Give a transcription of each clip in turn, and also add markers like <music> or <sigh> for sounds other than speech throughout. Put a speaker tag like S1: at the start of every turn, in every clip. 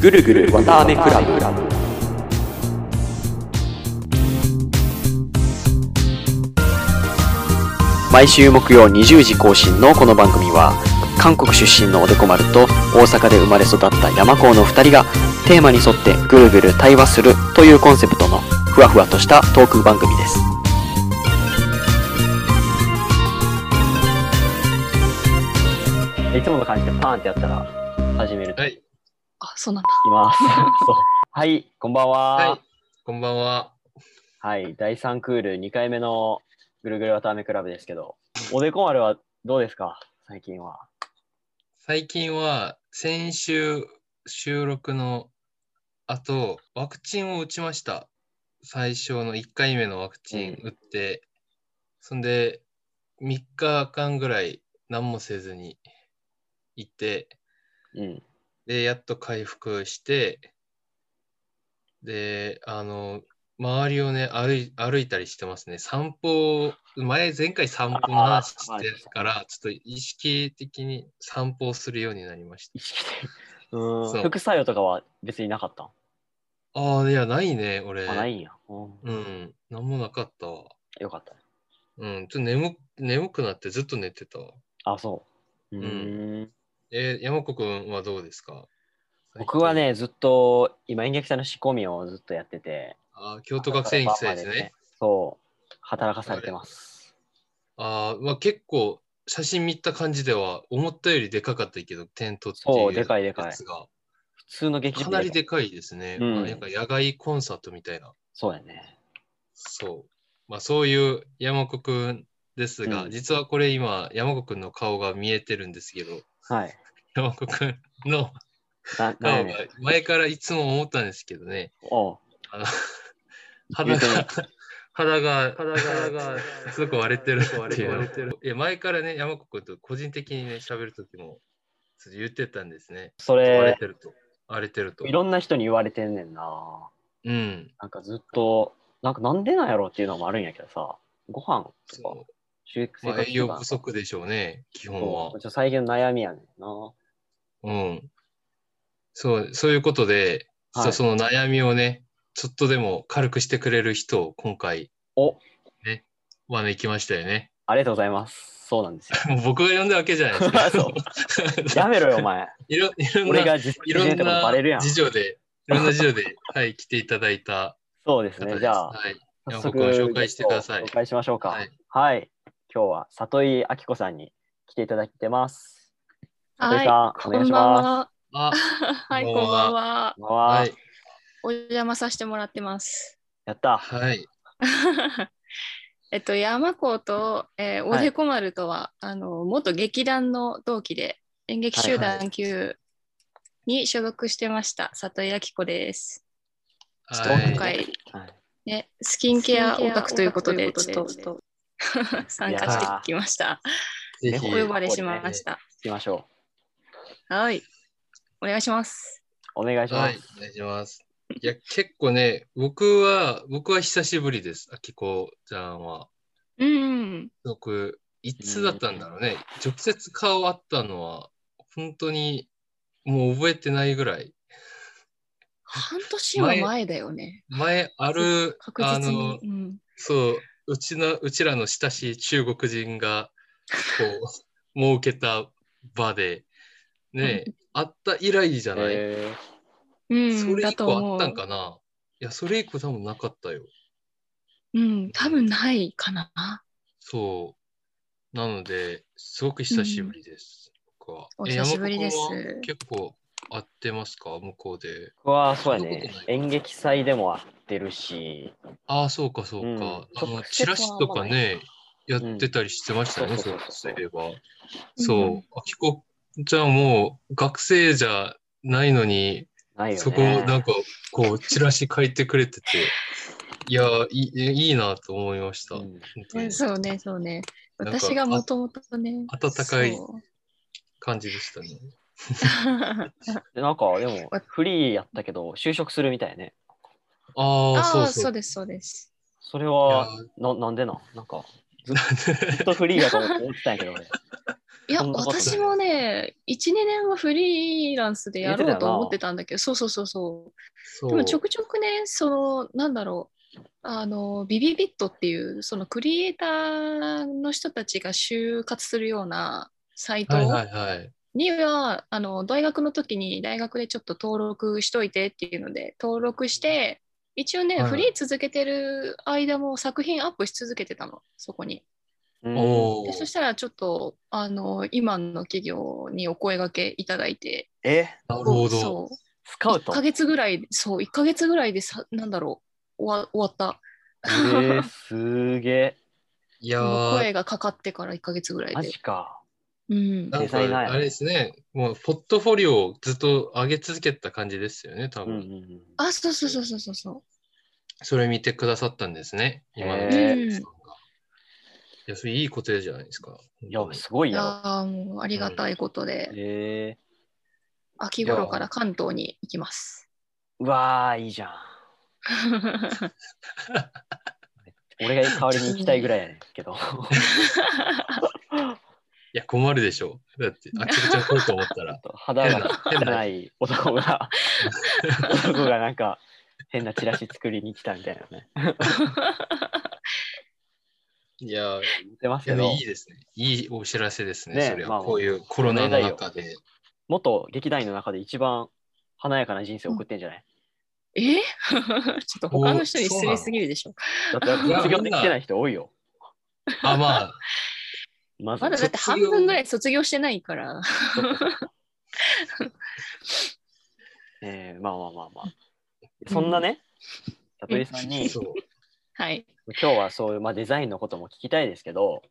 S1: ぐるぐるわたあめクラブ毎週木曜20時更新のこの番組は韓国出身のおでこ丸と大阪で生まれ育った山高の2人がテーマに沿ってぐるぐる対話するというコンセプトのふわふわとしたトーク番組ですいつもの感じでパーンってやったら始めると
S2: はい。
S3: あ、そうなんだ。
S1: い <laughs> ます。そうはい、こんばんは。
S2: は。
S1: はい
S2: こんばんは。
S1: い、第3クール2回目のぐるぐるわたあめクラブですけど、おでこ丸はどうですか最近は。
S2: 最近は先週収録の後、ワクチンを打ちました。最初の1回目のワクチン打って、そんで3日間ぐらい何もせずに行って、
S1: うん。
S2: で、やっと回復して、で、あの、周りをね、歩い歩いたりしてますね。散歩を、前、前回散歩の話
S1: あーは
S2: し
S1: い
S2: てから、ちょっと意識的に散歩をするようになりまし
S1: 意識 <laughs> 的。。
S2: そううん
S1: 副作用とかは別になかったん
S2: た。ああ、いや、ないね、俺。
S1: あ、ないんや。うん
S2: うん、なんもなかったわ。
S1: よかった。
S2: うん、ちょっと眠眠くなってずっと寝てたわ。
S1: あ、そう。う
S2: うん
S1: ーん。
S2: えー、山子くんはどうですか
S1: 僕は、ね、ずっと今、演劇祭の仕込みをずっとやってて、
S2: あー京都学生院生で
S1: 朝から晩
S2: す
S1: ま
S2: ね。。
S1: そう。働かされてます。
S2: ああ、まあ結構写真見た感じでは思ったよりでかかったけど、テントって
S1: そ
S2: いう
S1: でかいでかい
S2: やつが
S1: 普通の劇場
S2: かなりでかいですね。
S1: うん
S2: まあなんか野外コンサートみたいな。
S1: そうやね。
S2: そう。まあそういう山子くんですが、
S1: うん
S2: 実はこれ今山子くんの顔が見えてるんですけど、
S1: はい。
S2: 山子くんの
S1: な、なんやね
S2: 顔が前からいつも思ったんですけどね、
S1: おう
S2: あの肌
S1: 言う
S2: が、肌が、肌が、肌が、すごく割れてるっていうの
S4: 割れてる
S2: いや、前からね、山子君と個人的にね、喋るときも、ちょっと言ってたんですね。
S1: それ、
S2: 割れてると。割れてると
S1: い。ろんな人に言われてんねんな。
S2: うん。
S1: なんかずっと、なんかなんでなんやろっていうのもあるんやけどさ、ご飯とか
S2: そ、
S1: 収益
S2: う。まあ、栄
S1: 習
S2: 養
S1: 慣
S2: 不足でしょうね、基本は
S1: そうちょっ。と最近の悩みやねんな。
S2: うん。そう、そういうことで、
S1: はい
S2: そうその悩みをね、ちょっとでも軽くしてくれる人を今回、
S1: お
S2: ね、招きましたよね。
S1: ありがとうございます。そうなん
S2: <laughs>
S1: ですよ。
S2: もう僕が呼んだわけじゃな
S1: <laughs>
S2: いですか。
S1: そうやめろよ、お前。
S2: <laughs> いろいろん
S1: 俺
S2: な、
S1: が実
S2: い
S1: 践
S2: ろ
S1: して
S2: ん
S1: たことバ
S2: な
S1: レるやん。
S2: 事情で、いろんな事情で、はい、来ていただいた
S1: そうです
S2: 方
S1: ね。
S2: です。
S1: じゃあ、
S2: はい、
S1: 早
S2: 僕
S1: 速、
S2: を紹介してください
S1: 紹介しましょうか。
S2: は
S1: はいい。今日は、里井明子さんに来ていただいてます。里井
S3: は
S1: さん、
S3: い。
S1: お願いしま
S3: は。 <laughs>
S2: あ、
S3: はい、
S2: こ
S3: こ
S2: ん
S3: ん
S2: ばんは
S3: ば
S1: す。。
S3: んは
S1: こんばんは
S2: はい、
S3: お邪魔させてもらってます。 <laughs>
S1: やった。
S2: はい、
S3: えっと、山子と、えー、お
S1: はい
S3: でこ丸とは、あの、元劇団の同期で、演劇集団級に所属してました、里井明子です。
S2: はい
S3: 今回、
S1: はい
S3: ね、スキンケアオタクということで、ちょっと
S4: と。
S3: 参加してきました。
S2: ぜ
S1: ね
S2: ひ
S3: お
S1: こ
S3: 呼ばれしました。
S1: 行きましょ
S3: はい。お願いします。
S1: う。お願いしま
S2: はい
S1: す。、
S2: お願いします。いや、結構ね、僕は、僕は久しぶりです、あきこちゃんは。
S3: うん。
S2: すごく、いつだったんだろうね、直接顔あったのは、本当に、もう覚えてないぐらい。
S3: 半年は前だよね。
S2: 前、ある、
S3: 確
S2: あ
S3: 実
S2: の
S3: に。、うん
S2: そう、うちの、うちらの親しい中国人が、こう、設けた場
S3: <laughs>
S2: で、ねえ、あった以来じゃない、
S1: え
S3: うん、
S2: それ
S3: だ
S2: 以
S3: と
S2: 降
S3: 思
S2: あ
S3: う
S2: ったんかないや、それ以降多分なかったよ。
S3: うん、多分ないかな。
S2: そう。なので、すごく久しぶりです。僕は。
S3: お
S2: え
S3: 久しぶりです
S2: 山本君は結構会ってますか向こうで。
S1: 僕はそうや
S2: そんな
S1: ね
S2: ことない。
S1: 演劇祭でも会ってるし、
S2: ああ、そうか、そう
S1: うん
S2: か。あの、
S1: 直接は
S2: チラシとかね、やってたりしてましたよね、
S1: うん
S2: そうそういえば。
S3: う
S2: そ
S3: ん
S2: う。あきこちゃんもう学生じゃないのに、
S1: ないよね。
S2: そこなんかこうチラシ書いてくれてて、いやいい、いいなと思いました。
S1: う
S2: 本
S1: ん
S2: 当
S3: ね
S2: に
S3: そうね、そうね。
S2: なんか
S3: 私がもともとね。
S2: あ温かい
S3: そう
S2: 感じでしたね。
S1: でなんか、でも、フリーやったけど、就職するみたいね。
S2: <laughs> ああ、
S3: あ
S2: そう
S3: あ、
S2: そ
S3: そう
S2: う。
S3: です、そうです。
S1: それ
S2: い
S1: は、ななんでなんなんか、ずっとフリーやと思ってたんやけど、俺。
S3: いや、
S1: そんなことない
S3: 私もね、1、2年はフリーランスでやろうと思ってたんだけど、そうそうそうそう。
S2: そ
S3: でも
S2: う
S3: ちょくちょくね、その、なんだろう、あの、ビビビットっていう、そのクリエイターの人たちが就活するようなサイト
S2: はいはいはい。
S3: には、あの、大学の時に大学でちょっと登録しといてっていうので、登録して、一応ね、
S2: はい
S3: フリー続けてる間も作品アップし続けてたの、そこに。
S1: うん
S2: <laughs> お
S3: でそ
S2: ー
S3: したらちょっとあの今の企業にお声掛けいただいて
S1: え、
S2: なるほど。
S3: そ
S1: スカウ
S3: う1
S1: ト
S3: ヶ月ぐらいそう1ヶ月ぐらいでさなんだろう終わ終わった
S1: えー、すげえ。
S2: いやー、
S3: 声がかかってから1ヶ月ぐらい
S1: マ
S3: <laughs> で
S1: ジ、か。
S3: う
S2: な
S3: ん、
S2: んか
S1: デザイナーやね
S2: あれですね、もうポットフォリオをずっと上げ続けてた感じですよね、多
S1: うんう
S2: 分。
S1: ん
S3: あそうそうそうそうそうそ
S2: それ見てくださったんですね、今の
S1: へ
S2: お
S1: ー
S2: 客さんが。いや、それいいことじゃないですか。
S1: うん。いや
S2: 本、当に
S1: すご
S3: う
S1: い
S3: い
S1: や
S3: やーもうありがたいことで、
S1: ろ。えー、
S3: 秋頃から関東に行
S1: <laughs>
S3: きます。
S1: うわー、いいじゃん。俺が代わりに行きたいぐらいやねんけど。。
S2: いや、困るでしょ。だって、あちこちゃ来ると思ったら
S1: <laughs> 肌がない男が、男がなんか変なチラシ作りに来たみたいなね。
S2: いや、い
S1: 出ますけ
S2: や
S1: ど
S2: い、いですね。いいお知らせですね、
S1: ね
S2: それ
S1: まあ
S2: は。こういうコロナの中で。
S1: 元劇団員の中で一番華やかな人生送ってんじゃない、
S3: え <laughs> ちょっと他の人に失礼すぎるでしょ。
S1: だって卒業できてない人多いよ。
S2: あ、ま
S1: <laughs>
S2: あ、
S1: まず
S3: まだだって半分ぐらい卒業してないから。
S1: えーまあまあまあまあ。そんなね、里井さんに、
S2: そう。
S1: <laughs>
S3: はい。
S1: 今日はそういう、まあ、デザインのことも聞きたいですけど、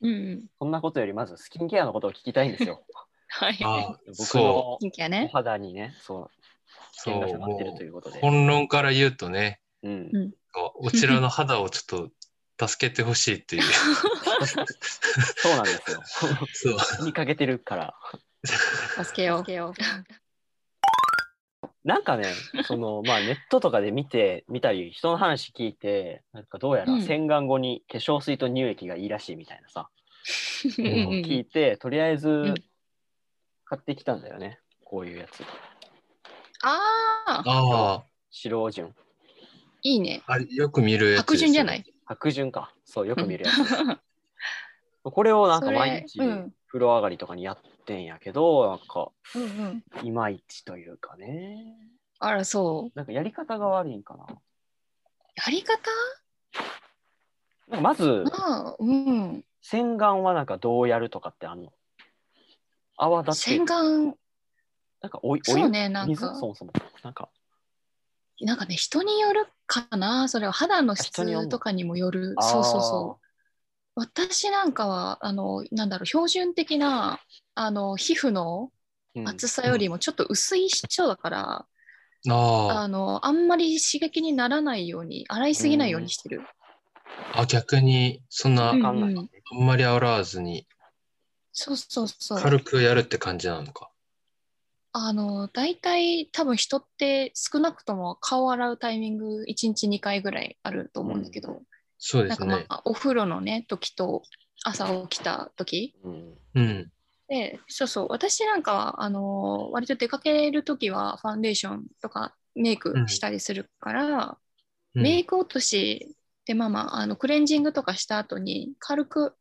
S3: うんうん。
S1: そんなことよりまずスキンケアのことを聞きたいんですよ。
S3: はい。
S2: あ
S1: 僕
S2: そ
S1: の
S3: キンケア
S1: お
S3: ね。
S1: 肌にね、そう、
S2: う。
S1: 危険
S2: そ
S1: が
S2: う。
S1: 迫っ
S2: も
S1: てるということ
S2: う、
S1: で。
S2: 本論から言うとね、
S1: うん
S3: うん、
S2: こちらの肌をちょっと助けてほしいって
S1: <laughs>
S2: いう。
S1: そうなんですよ。
S2: そう。
S1: 見かけてるから。
S3: 助けよう。
S1: なんか
S3: <laughs>
S1: ね、そのまあネットとかで見て見たり、人の話聞いて、なんかどうや
S3: う
S1: ら
S3: ん
S1: 洗顔後に化粧水と乳液がいいらしいみたいなさ、
S3: うんう
S1: を聞い
S3: ん
S1: て、とりあえず
S3: ん
S1: 買ってきたんだよね。こういうやつ。
S3: ああ、
S2: あ
S1: 白潤。
S3: いいね。
S2: あ、あれよく見るやつ。
S3: 白順じゃない。
S1: 白潤か。そう、よく見るやつ。 <laughs> これをなんか
S3: <laughs> それ
S1: 毎日
S3: うん
S1: 風呂上がりとかにやってんやけど、なんか
S3: うんうん。
S1: いまいちというかね。
S3: あら、そう。
S1: なんかやり方が悪いんかな。
S3: やり方
S1: なんかまず、
S3: ああ、うん。
S1: 洗顔はなんかどうやるとかってあんの泡立て
S3: 洗顔、
S1: なんかおいお
S3: そう
S1: 湯、
S3: ね、なん
S1: 水
S3: か、
S1: そもそもなんか
S3: なんかね、人によるかな。それは肌の
S1: 人による
S3: 質
S1: の
S3: とかにもよる。そうそうそう。私なんかは、あの、なんだろう、標準的な、あの、皮膚の
S1: う、うん、
S3: 厚さよりもちょっと薄い人だから、
S2: あ
S3: あの、あんまり刺激にならないように、洗いすぎないようにしてる。
S2: あ。あ、逆に、そんな、
S3: うん
S1: わかんない、ね
S2: あんまり洗わずに、
S3: そうそうそう。
S2: 軽くやるって感じなのか。
S3: あの大体多分人って少なくとも顔を洗うタイミング1日2回ぐらいあると思うんだけど、
S2: そうで
S3: なん
S2: す
S3: かま
S2: ね。
S3: あお風呂のね時と朝起きた時
S1: うん
S2: うん。
S3: でそうそう私なんかはあの割と出かける時はファンデーションとかメイクしたりするから、
S2: うん
S3: メイク落としでまあまああのクレンジングとかした後に軽く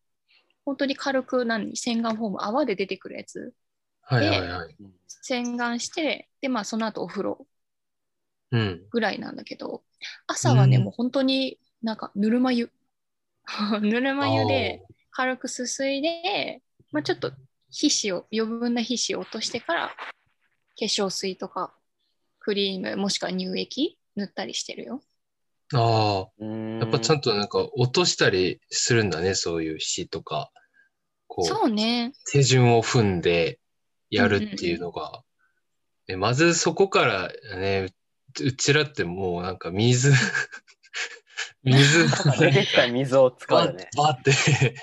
S3: 本当に軽く何洗顔フォーム泡で出てくるやつ
S2: はいはいはい。
S1: うん
S3: 洗顔してでまあその後お風呂
S2: うん。
S3: ぐらいなんだけど朝はね、
S2: うん
S3: もう本当になんかぬるま湯 <laughs> ぬるま湯で軽くすすいで、まあ、ちょっと皮脂を余分な皮脂を落としてから化粧水とかクリームもしくは乳液塗ったりしてるよ
S2: あーあ
S1: うん
S2: ー。やっぱちゃんとなんか落としたりするんだね、そういう詩とか。こう、
S3: そうね
S2: 手順を踏んでやるっていうのが。ねまずそこからね、ううちらってもうなんか
S3: <laughs>
S2: 水、水
S1: なんか出てきた水を使うよね。
S2: <laughs> バッて。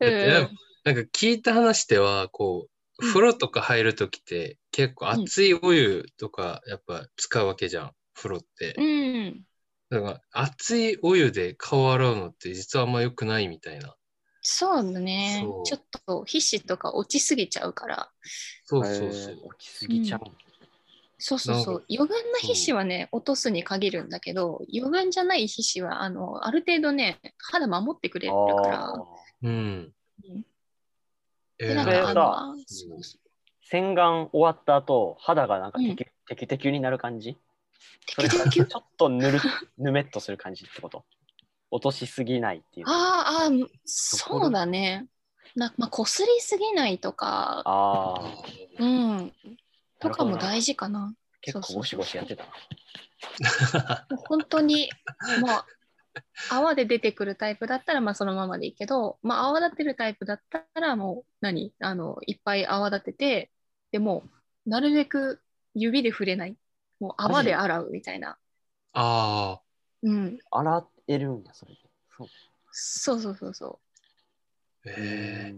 S3: う
S2: だってなん
S3: ん
S2: かなんか聞いた話では、こう、
S3: うん
S2: 風呂とか入るときって結構熱いお湯とかやっぱ使うわけじゃん、風呂って。
S3: うん
S2: だから熱いお湯で顔洗うのって実はあんま良くないみたいな
S3: そうだね
S2: そう。
S3: ちょっと皮脂とか落ちすぎちゃうから、
S2: そうそうそう
S1: え。ー落ちすぎちゃう。
S3: そうそうそ
S2: な
S3: う。余分な皮脂はね、落とすに限るんだけど、余分じゃない皮脂は、あの、ある程度ね、肌守ってくれるから
S1: あー。
S2: うん。
S3: うん
S2: え
S3: で
S2: ー
S3: なん
S1: えー
S3: かあ
S1: さ
S3: のあそうそう
S1: 洗顔終わった後、肌がなんかテキ,、テキテキになる感じ
S3: テ
S1: それ
S3: キ
S1: から
S3: テ
S1: <laughs>
S3: キ
S1: ちょっとぬる、ぬめっとする感じってこと落としすぎないっていう。
S3: あーあー、そうだね。なまあ、こすりすぎないとか、
S1: あ
S2: あ
S1: あ、
S3: うん、とかも
S1: 事。
S3: 大事かな。
S1: 結構ゴシゴシやってたな。
S2: ー
S3: もう本当に、もう、泡で出てくるタイプだったら、まあそのままでいいけど、まあ泡立てるタイプだったら、もう何、あの、いっぱい泡立てて、でもう、なるべく指で触れない。もう泡で洗うみたいな。
S2: あ
S3: うん。
S1: 洗えるんや、それで。そう。
S3: そうそうそうそ
S2: ー。え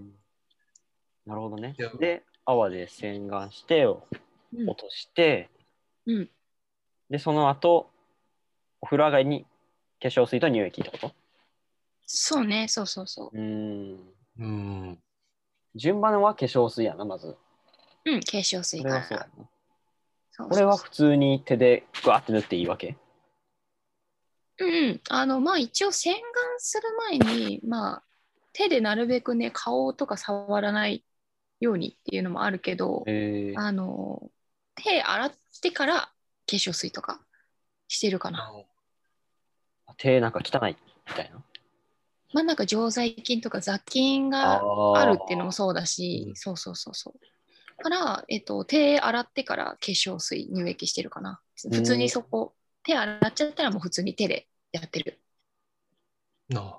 S1: なるほどね
S2: いや。
S1: で、泡で洗顔して、落
S3: う。うん、
S1: として、
S3: うん
S1: で、その後、お風呂上がりに化粧水と乳液ってこと
S3: そうね、そうそうそう
S1: ーん。
S2: ー。うん。
S1: 順番は化粧水やな、まず。
S3: う。うん、化粧水
S1: これ
S3: から
S1: は。そうやな。
S3: そうそうそう
S1: これは普通に手でグワーって塗っていいわけ
S3: うん、あのまあ一応洗顔する前に、まあ、手でなるべくね顔とか触らないようにっていうのもあるけど
S1: えー、
S3: あの手洗ってから化粧水とかしてるかな。
S1: 手なんか汚いみたいな。
S3: まあなんか常在菌とか雑菌が
S1: あ
S3: あるっていうのもそうだし
S2: うん
S3: そうそうそうそう。から、えっと、手洗ってから化粧水乳液してるかな。普通にそこ手洗っちゃったらもう普通に手でやってる。
S2: なあ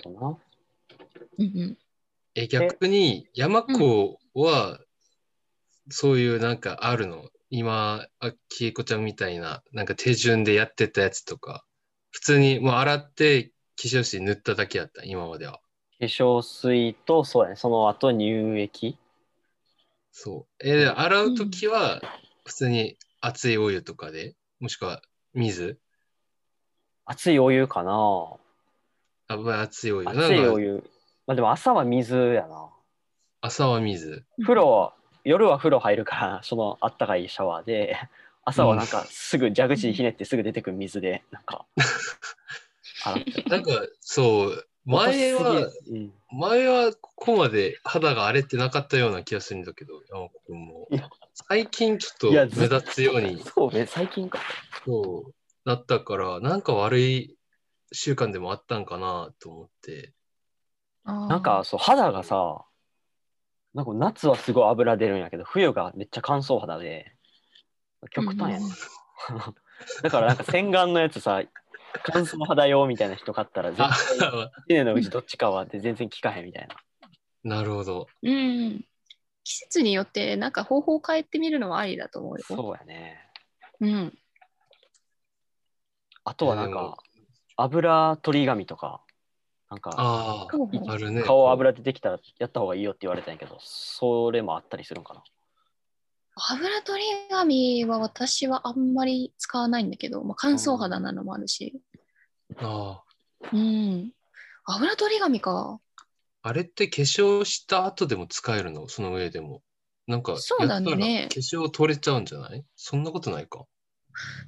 S1: ーなるほどな。
S3: うんうん、
S2: え、逆に、山子は、そういうなんかあるの今、あきえこちゃんみたいな、なんか手順でやってたやつとか、普通にもう洗って化粧水塗っただけやった、今までは。
S1: 化粧水と、そうやね、その後乳液。
S2: そう。え、で洗うときは、普通に熱いお湯とかで、もしくは水
S1: 熱いお湯かな。
S2: あ、まあ熱いお湯。
S1: 熱いお
S2: なんか
S1: 湯。まあでも朝は水やな。
S2: 朝は水。
S1: 風呂は、夜は風呂入るから、 <laughs> そのあったかいシャワーで、朝はなんかすぐ蛇口ひねってすぐ出てくる水で、なんか、洗ってる
S2: なんか、そう、前は、
S1: うん、い
S2: 前はここまで肌が荒れてなかったような気がするんだけど、山子君も
S1: いや。
S2: 最近ちょっ
S1: いや
S2: と目立つように
S1: そうね、最近か。
S2: そうなったから、なんか悪い習慣でもあったんかなと思って。 <laughs>
S1: なんかそう肌がさなんか夏はすごい油出るんやけど冬がめっちゃ乾燥肌で極端やね、
S3: うん
S1: だからなんか洗顔のやつさ乾燥肌用みたいな人買ったら全
S2: あ
S1: 然1年のうちどっちかはって全然効かへんみたいな
S2: なるほど。
S3: うん。季節によってなんか方法を変えてみるのはありだと思うよ。
S1: そうやね
S3: うん。
S1: あとはなん
S2: いやでも
S1: か油取り紙とかなんか
S2: あ
S3: ほうほう
S2: あ、あるね。
S1: 顔油出てきたらやった方がいいよって言われたんやけどそれもあったりするんかな
S3: 油取り紙は私はあんまり使わないんだけど、まあ、乾燥肌なのもあるし。
S2: あ
S3: うん。油取り紙か。
S2: ああれって化粧した後でも使えるのその上でも。なんか、
S3: そうだね
S2: やったら化粧取れちゃうんじゃないそんなことないか。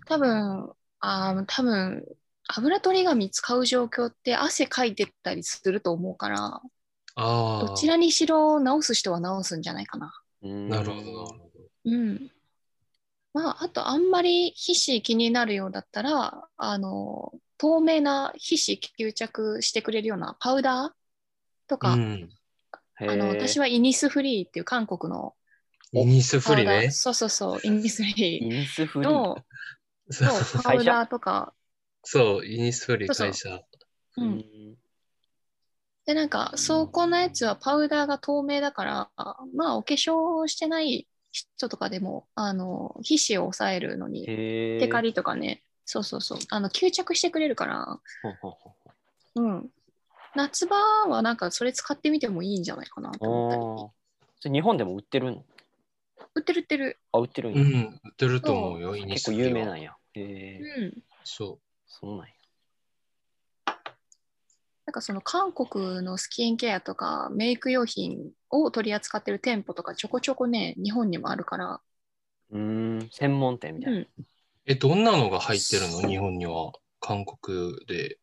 S3: 多分、あー多分、油取り紙使う状況って汗かいてたりすると思うから、
S2: ああ。
S3: どちらにしろ直す人は直すんじゃないかな。
S1: うん
S2: なるほど、なるほど。
S3: うん。まあ、あと、あんまり皮脂気になるようだったら、あの、透明な皮脂吸着してくれるようなパウダーとか、
S2: うん。
S1: へー
S3: あの、私はイニスフリーっていう韓国の
S2: イニスフ
S3: パウ
S2: リ
S3: ダー、
S2: ね。
S3: そうそうそう、イニスフ
S1: イ
S3: リ
S1: ンスフ
S3: ー
S1: リー
S3: のそうパウダーとか、
S2: そう、イニスフリ
S3: そう
S2: 会
S3: そ
S2: 社。
S3: う、
S1: うんん
S3: で、なんか、そこのやつはパウダーが透明だから、まあ、お化粧してない人とかでも、あの、皮脂を抑えるのに、
S1: へー
S3: テカリとかね、そうそうそう、あの、吸着してくれるから、
S1: ほんほんほんほん
S3: うん。夏場はなんかそれ使ってみてもいいんじゃないかなと思ったり。
S1: あーそれ日本でも売ってるの
S3: 売ってる売ってる。
S1: あ、売ってるん
S2: う
S1: や。
S2: ん、売ってると思うよ、イニ
S1: 結
S2: ス
S1: 構
S2: フリは
S1: 有名なんや。へえ
S3: うん。
S2: そ
S1: そうなんや。
S3: なんかその韓国のスキンケアとかメイク用品を取り扱ってる店舗とかちょこちょこね、日本にもあるから、
S1: うーん、専門店みた
S3: う
S1: いな。
S3: ん、
S2: え、どんなのが入ってるの日本には。韓国で。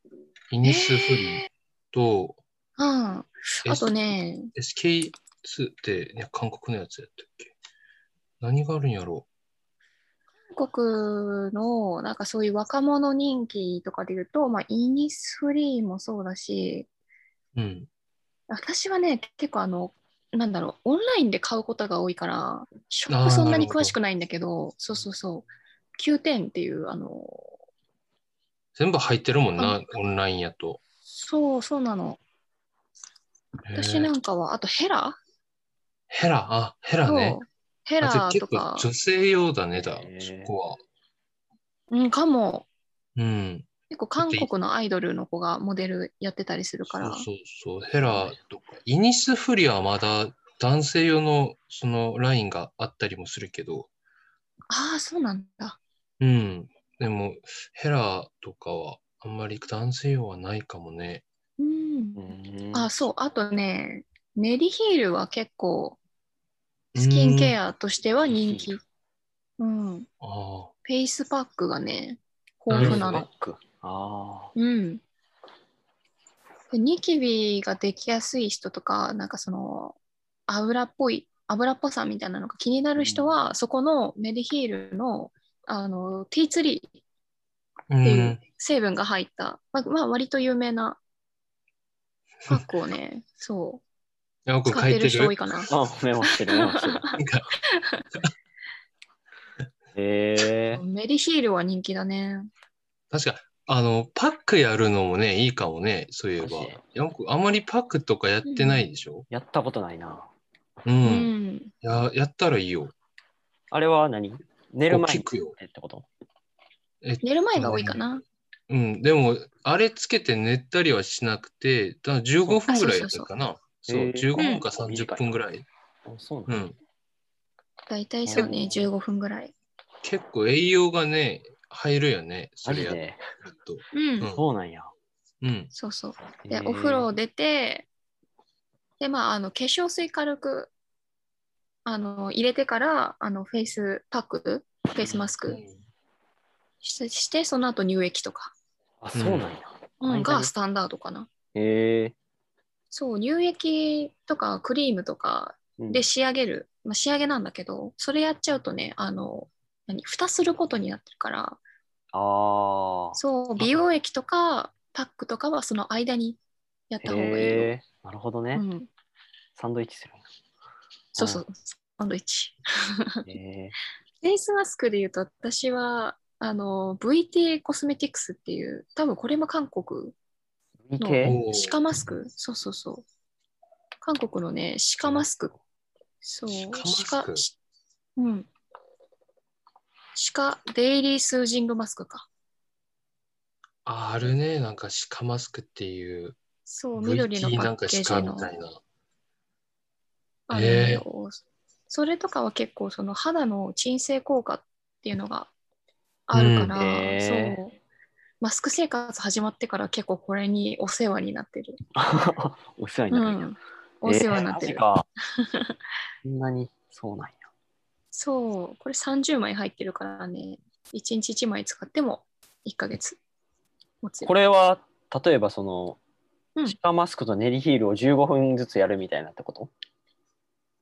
S2: イニスフリーと、
S3: うん。あと
S2: S-
S3: ね、
S2: SK2 って、いや韓国のやつやったっけ何があるんやろ
S3: 韓国のなんかそういう若者人気とかで言うと、まあ、イニスフリーもそうだし、
S2: う。うん。
S3: 私はね、結構あの、なんだろう、オンラインで買うことが多いから、ショッ
S2: あー
S3: プそんなに
S2: なるほど
S3: 詳しくないんだけど、そうそうそう、Q10 っていう、あの、
S2: 全部入ってるもんな
S3: 韓、
S2: オンラインやと。
S3: そうそうなの。
S2: へー
S3: 私なんかは、あとヘラ
S2: ヘラ、あ、ヘラ
S3: と、
S2: ね。
S3: ヘ
S2: あじゃあ
S3: ラ
S2: 結
S3: と
S2: 構
S3: か、
S2: 女性用だね、だ
S1: へ、ー
S2: そこは。
S3: うん、かも、
S2: うん。
S3: 結構韓国のアイドルの子がモデルやってたりする
S2: そ
S3: か
S2: う
S3: ら、
S2: そうそう、ヘラとか。イニスフリーはまだ男性用のそのラインがあったりもするけど、
S3: ああ、そうなんだ。
S2: うん。でも、ヘラとかはあんまり男性用はないかもね。
S3: うん
S1: う。ーん
S3: あ、そう。あとね、メリヒールは結構、スキンケ
S2: ア。
S3: アとしては人気。うん。フ
S2: あ
S3: ェイスパックがね、
S2: なる
S3: 豊
S2: ほ
S3: 富
S2: ど
S3: な
S2: ね
S3: の。
S1: バックあ
S3: うん。でニキビができやすい人とか、なんかその、油っぽい、油っぽさみたいなのが気になる人は、そこのメリヒールの、あの、ティーツリー
S2: あ。う
S3: って
S2: ん
S3: いう。成分が入った、まあ、まあ、割と有名なパックを <laughs> ね、そ
S2: よ
S3: う、
S2: く
S3: 使っ
S2: 書い
S3: て
S2: て
S3: る人多
S2: る
S3: い。かな。
S1: ーあ、メモしてる、メモしてる。
S2: なんか
S1: へえ
S3: メリヒールは人気だね。
S2: 確か、あの、パックやるのもね、いいかもね、そういえば
S1: マジ。
S2: よく、あまりパックとかやってないでしょ
S1: やったことないな。
S2: う。
S3: うんん。
S2: ややったらいいよ。
S1: あれは何寝る前に
S2: 聞くよ。
S1: えってこと
S3: 寝る前が多いかな。
S2: うん、でも、あれつけて寝たりはしなくて、ただ15分ぐらいやったかな。
S1: そう
S2: そう、
S1: そうそう
S2: 15分か
S1: うん
S2: 30分ぐらい。
S1: あそう
S2: う
S1: なんだ
S2: ん。
S3: だいたいそうね、15分ぐらい。
S2: 結構栄養がね、入るよね、そ
S1: マ
S2: れ
S1: ジ
S2: やる
S1: で。
S2: と。
S3: うん。
S2: うん
S1: そうなんや。
S2: うん。
S3: そうそう。
S1: へ
S3: で、
S1: ー
S3: お風呂を出て、で、まあ、あの、化粧水軽く、あの、入れてから、あの、フェイスパック、フェイスマスクして、してその後乳液とか、
S1: あ、そうなんや。
S3: う
S1: 間
S3: ん、
S1: に
S3: がスタンダードかな。
S1: へえ。
S3: そう、乳液とかクリームとか
S1: うん
S3: で仕上げる、まあ、仕上げなんだけど、それやっちゃうとね、あの、何、蓋することになってるから、
S1: ああ。
S3: そう、美容液とかパックとかはその間にやった方がいいよ。
S1: へえ。なるほどね
S3: う。ん、
S1: サンドイッチするん
S3: そうそう、サンドイッチ。
S1: だ。へえ。
S3: フェイスマスクで言うと、私は、あの、VT コスメティクスっていう、多分これも韓国
S1: い
S3: の
S1: け
S2: おー
S3: 歯科マスク、そうそうそう。韓国のね、歯科マスク。そう、
S2: 歯科マスク
S3: 歯科しうん。歯科デイリースージングマスクか。
S2: ああるね、なんか鹿マスクっていう、
S3: そう、緑の
S2: VT
S3: パ
S2: なん
S3: ッ
S2: か
S3: ケー
S2: 鹿
S3: ジ
S2: み
S3: の。
S2: たいな。
S3: あるのよそれとかは結構その肌の鎮静効果っていうのがあるから、
S1: うんへー
S3: そうマスク生活始まってから結構これにお世話になってる、
S1: <laughs> お世話に
S3: う
S1: なるんや。
S3: ん、お世話になって
S1: え
S3: る、
S1: ーマジかそんなにそうなんや。
S3: そうこれ30枚入ってるからね1日1枚使っても1ヶ月持つよ
S1: これは例えばその、
S3: うん
S1: シカマスクとネリヒールを15分ずつやるみたいなってこと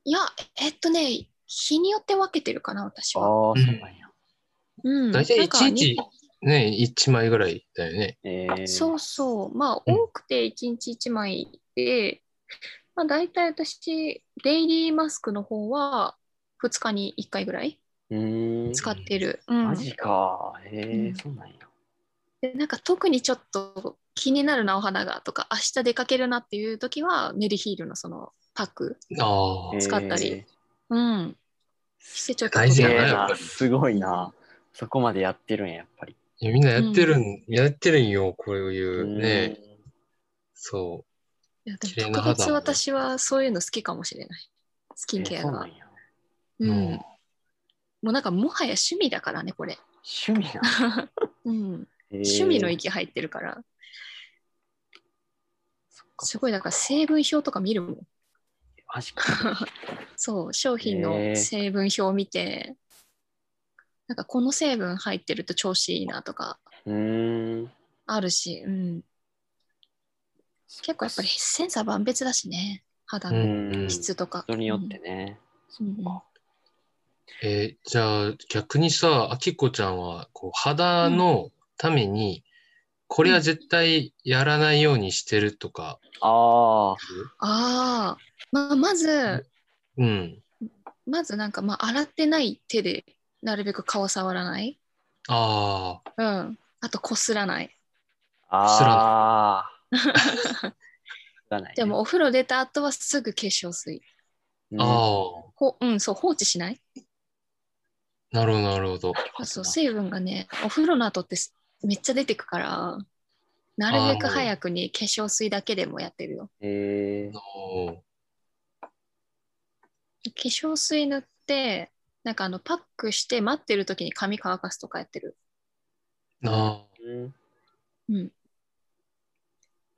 S3: いやえっとね日によって分けてるかな私
S1: ああ
S3: は、
S1: ー、そうなんや。
S3: うん、
S2: 大体
S3: なんか
S2: 1日ね、1枚ぐらいだよね。
S1: え
S3: あ
S1: ー、
S3: そうそう、まあ
S2: うん
S3: 多くて1日1枚で、まあ、大体私、デイリーマスクの方は2日に1回ぐらいう
S1: ーん。
S3: 使ってる。うん
S1: マジか。えー
S3: うん
S1: そうなんや。
S3: でなんか特にちょっと気になるなお花がとか、明日出かけるなっていう時は、メリヒールのそのパック、
S2: ああ
S1: えー、
S3: 使ったりうん、してちょっと
S2: 大事
S1: す
S2: や
S1: げえ
S2: なやっ
S1: な
S2: ぱり
S1: すごいな。そこまでやってるんや、やっぱり。
S2: いやみんなやってるん、やってるんよ、こういうね。
S1: うん
S2: そ
S3: いやでも
S2: 綺麗な
S3: 特
S2: 肌
S3: 別
S2: も
S3: 私はそういうの好きかもしれない。スキンケ
S1: えー
S3: ア
S1: そう
S3: が。
S1: なんや。
S2: う。
S3: うん
S2: うん
S3: もうなんかもはや趣味だからね、これ。
S1: 趣味
S3: <laughs>
S1: なんや。
S3: うん
S1: えー
S3: 趣味の域入ってるから。すごい、だから成分表とか見るもん。
S1: マジか。
S3: そう、商品
S1: へえ
S3: の成分表を見て、なんかこの成分入ってると調子いいなとか
S1: うーん。
S3: あるし、うん。結構やっぱりセンサー万別だしね、肌
S2: う
S3: の
S2: ん
S3: 質とか。
S1: 人によってね。
S3: うん。うんうん
S2: えーじゃあ逆にさ、あきこちゃんはこう肌のために、これは絶対やらないようにしてるとか、
S1: ああ。
S3: ああ、まあ、まず、
S2: うん。
S3: まずなんか、まあ、洗ってない手で、なるべく顔触らない。
S2: ああ、
S3: うん。あと、こすらない。
S1: ああ。知
S3: <laughs>
S1: らない。
S3: じゃあもう、お風呂出た後はすぐ化粧水。
S1: うん、
S2: ああ、
S3: ほうん、そう、放置しない。
S2: なるほど、なるほど。
S3: そうそう、水分がね、お風呂の後ってすめっちゃ出てくから、なるべく早くに化粧水だけでもやってるよ。
S1: えー。
S2: おー
S3: 化粧水塗って、なんかあのパックして待ってる時に髪乾かすとかやってる。
S2: なあ、
S1: うん
S3: うん。
S2: と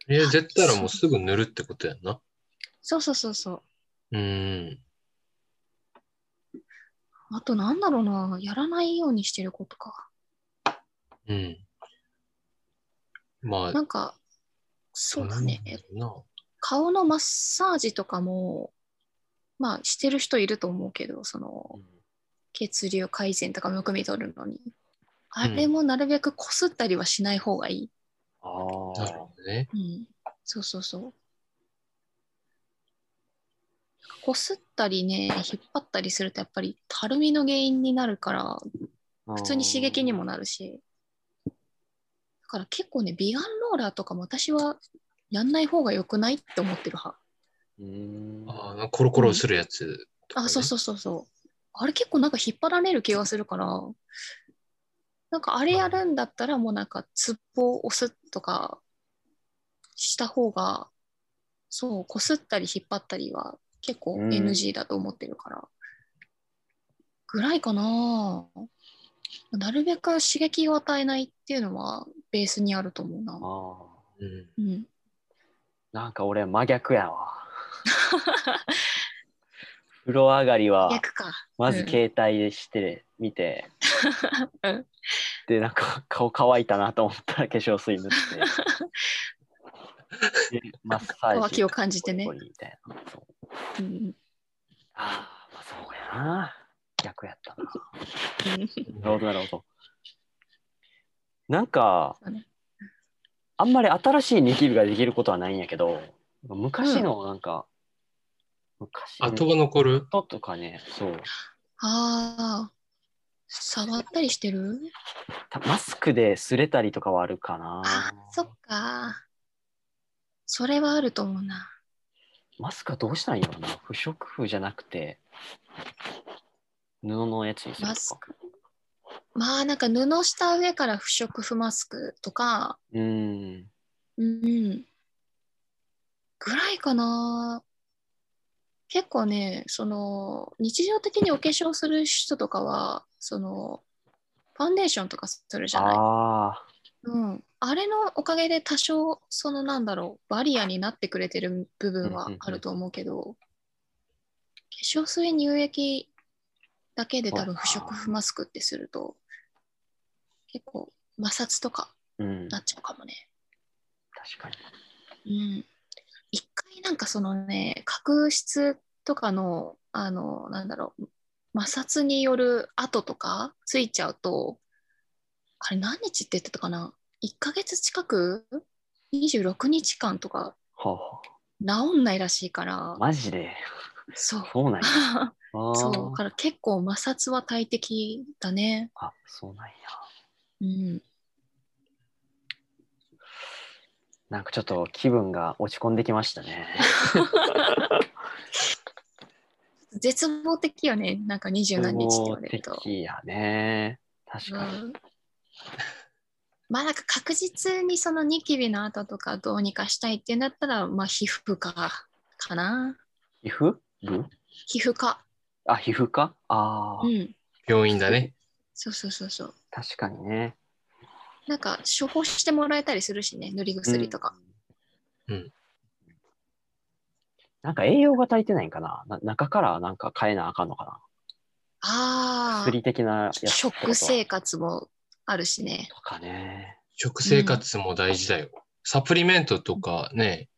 S2: りあえず絶対らもうすぐ塗るってことやんな。
S3: そうそうそうそう。
S2: うん。
S3: あとなんだろうな、やらないようにしてることか。
S2: うん。まあ、
S3: なんか、そうだね。
S2: うんな
S3: 顔のマッサージとかも、まあしてる人いると思うけど、その血流改善とかむくみ取るのに。あれもなるべくこすったりはしない方がいい。
S1: あー
S2: なるほどね。
S3: うん、そうそうそう。こすったりね、引っ張ったりするとやっぱりたるみの原因になるから、
S1: あー。
S3: 普通に刺激にもなるし。だから結構ね、美顔ローラーとかも私はやんない方が良くないって思ってる派。
S1: うーん。
S2: ああ、なんかコロコロするやつとかね
S3: あ、そうそうそうそう。あれ結構なんか引っ張られる気がするから、なんかあれやるんだったらもうなんかツボを押すとかした方が、そう、こすったり引っ張ったりは結構
S1: うん
S3: NG だと思ってるから。ぐらいかななるべく刺激を与えないっていうのはベースにあると思うな。
S1: ああ。
S2: うん。
S3: うん。
S1: なんか俺真逆やわ。風呂上がりは
S3: 逆か。
S1: まず携帯でして見て、
S3: うん
S1: でなんか顔乾いたなと思ったら化粧水塗
S3: <laughs>
S1: って。でマッサージ
S3: 乾きを感じてね
S1: ポリポリみたいなそう
S3: うんうん
S1: ああまあそうやな逆やったな
S3: うん
S1: なるほどなるほどなんか
S3: そうね
S1: あんまり新しいニキビができることはないんやけど昔のなんか、昔の
S2: 後が残る
S1: 人とかね、そう。
S3: ああ、触ったりしてる
S1: たマスクで擦れたりとかはあるかな。
S3: あそっか。それはあると思うな。
S1: マスクはどうしたらいいのかな不織布じゃなくて、布のやつにする
S3: マ
S1: と
S3: ス
S1: か。
S3: ク。まあなんか布した上から不織布マスクとか、
S1: うーん。
S3: うん。ぐらいかな。結構ね、その日常的にお化粧する人とかは、そのファンデーションとかするじゃない。
S1: ああ
S3: うん、あれのおかげで多少そのなんだろうバリアになってくれてる部分はあると思うけど、化粧水乳液だけで多分不織布マスクってすると結構摩擦とか
S1: ー。うん。
S3: なっ
S1: 確
S3: ちゃうかもね。
S1: かに。
S3: うん、一回なんかそのね角質とかのあのなんだろう摩擦による跡とかついちゃうとあれ何日って言ってたかな1ヶ月近く26日間とか
S1: はあは
S3: 治んないらしいから
S1: あ、マジで。
S3: そう
S1: そうなんや。あー
S3: <laughs> そうだから結構摩擦は大敵だね
S1: あ、そうなんや。
S3: うん
S1: なんかちょっと気分が落ち込んできました
S3: <laughs>
S1: ね。
S3: 絶望的よねなんか二十何日って言われると
S1: 絶望。的やね。確かに。
S3: うんまあなんか確実にそのニキビの跡とかどうにかしたいってなったら、まあ皮膚科かな。
S1: 皮膚部
S3: 皮膚科。
S1: あ、皮膚科ああ、
S3: うん。
S2: 病院だね。
S3: そうそうそうそう。
S1: 確かにね。
S3: なんか処方してもらえたりするしね、塗り薬とか。
S1: うん。なんか栄養が足りてないんかなな中からなんか変えなあかんのかな
S3: ああ、
S1: 薬的なやつってこと
S3: 食生活もあるしね。
S1: とかね。
S2: 食生活も大事だよ。サプリメントとかね、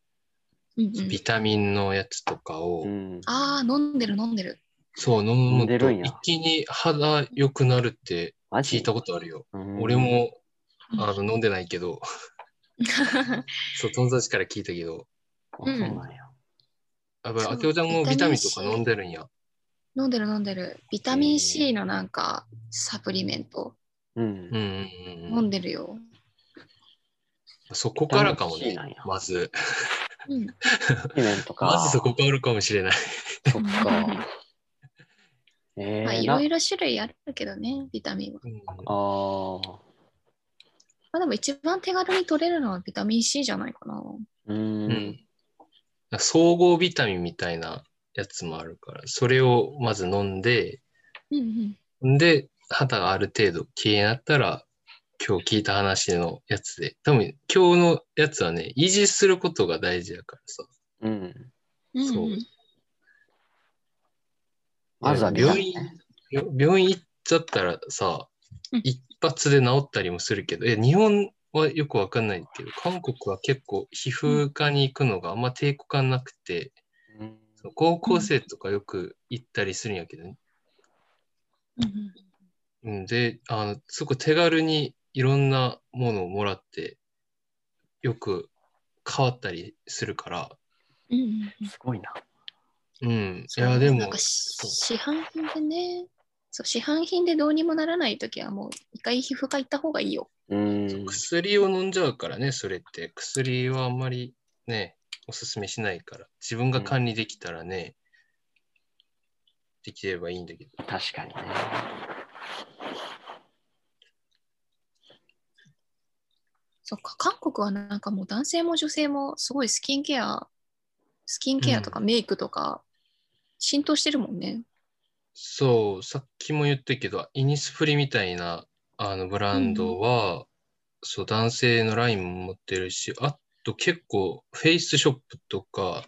S3: うんうん、
S2: ビタミンのやつとかを、
S1: うん。
S3: ああ、飲んでる飲んでる。
S2: そう、飲
S1: 飲ん
S2: む
S1: で
S2: と
S1: るんや
S2: 一気に肌良くなるって
S1: マ
S2: 聞
S1: ジ
S2: いたことあるよ。
S1: うん
S2: 俺も
S3: うん
S2: あの飲んでないけど、そう、友達から聞いたけど、
S1: あそうなんや。
S2: やっぱり、
S3: そう
S2: あけおちゃんもビ
S3: ビ
S2: タ
S3: タ
S2: ミ
S3: ミ
S2: ンと
S3: ン C
S2: か飲んでるんや。
S3: <laughs> 飲んでる飲んでる。ビタミン
S1: へ
S3: C
S1: ー
S3: のなんかサプリメント
S1: うん
S2: うん。うんう
S3: 飲
S2: んうん
S3: んでるよ。
S2: そこからかも
S1: ビタミン C
S2: ね
S1: なんや、
S2: まず。
S3: うん。
S1: サプリメントか。
S2: まずそこからあるかもしれない。
S1: そっ
S3: <laughs>
S1: か。え
S3: まあ
S1: ー、
S3: い
S1: な
S3: ろいろ種類あるけどね、ビタミンは。
S2: うん
S1: ああ。
S3: まあでも一番手軽に取れるのはビタミン C じゃないかな。
S1: う。
S2: うんん総合ビタミンみたいなやつもあるから、それをまず飲んで、
S3: うんうん。
S2: で、肌がある程度気になったら、今日聞いた話のやつで、多分今日のやつはね、維持することが大事だからさ。
S1: うん。
S3: うん
S2: そう
S3: うん
S1: まずはビタ
S2: 病
S1: ミン
S2: 院
S1: ね。
S2: よ病院行っちゃったらさ
S3: うん、
S2: 一発で治ったりもするけど、え、日本はよくわかんないけど、韓国は結構皮膚科に行くのがあんま抵抗感なくて、
S1: うん
S2: その高校生とかよく行ったりするんやけどね。
S3: うん
S2: うん、で、あの、すごい手軽にいろんなものをもらって、よく変わったりするから、
S3: うんうんうん。
S1: すごいな。
S2: うん。い
S3: そう
S2: や、で
S3: なん
S2: も
S3: か、し
S2: そう
S3: 市販品でね、そう、市販品でどうにもならないときはもう一回皮膚科行った方がいいよ。
S1: うん。
S2: 薬を飲んじゃうからね、それって。薬はあんまりね、おすすめしないから。自分が管理できたらね、できればいいんだけど。
S1: 確かにね。
S3: そっか、韓国はなんかもう男性も女性もすごいスキンケア、スキンケアとかメイクとか浸透してるもんね。
S2: そう、さっきも言ったけど、イニスフリみたいなあのブランドは、そう、男性のラインも持ってるし、あと結構フェイスショップとか、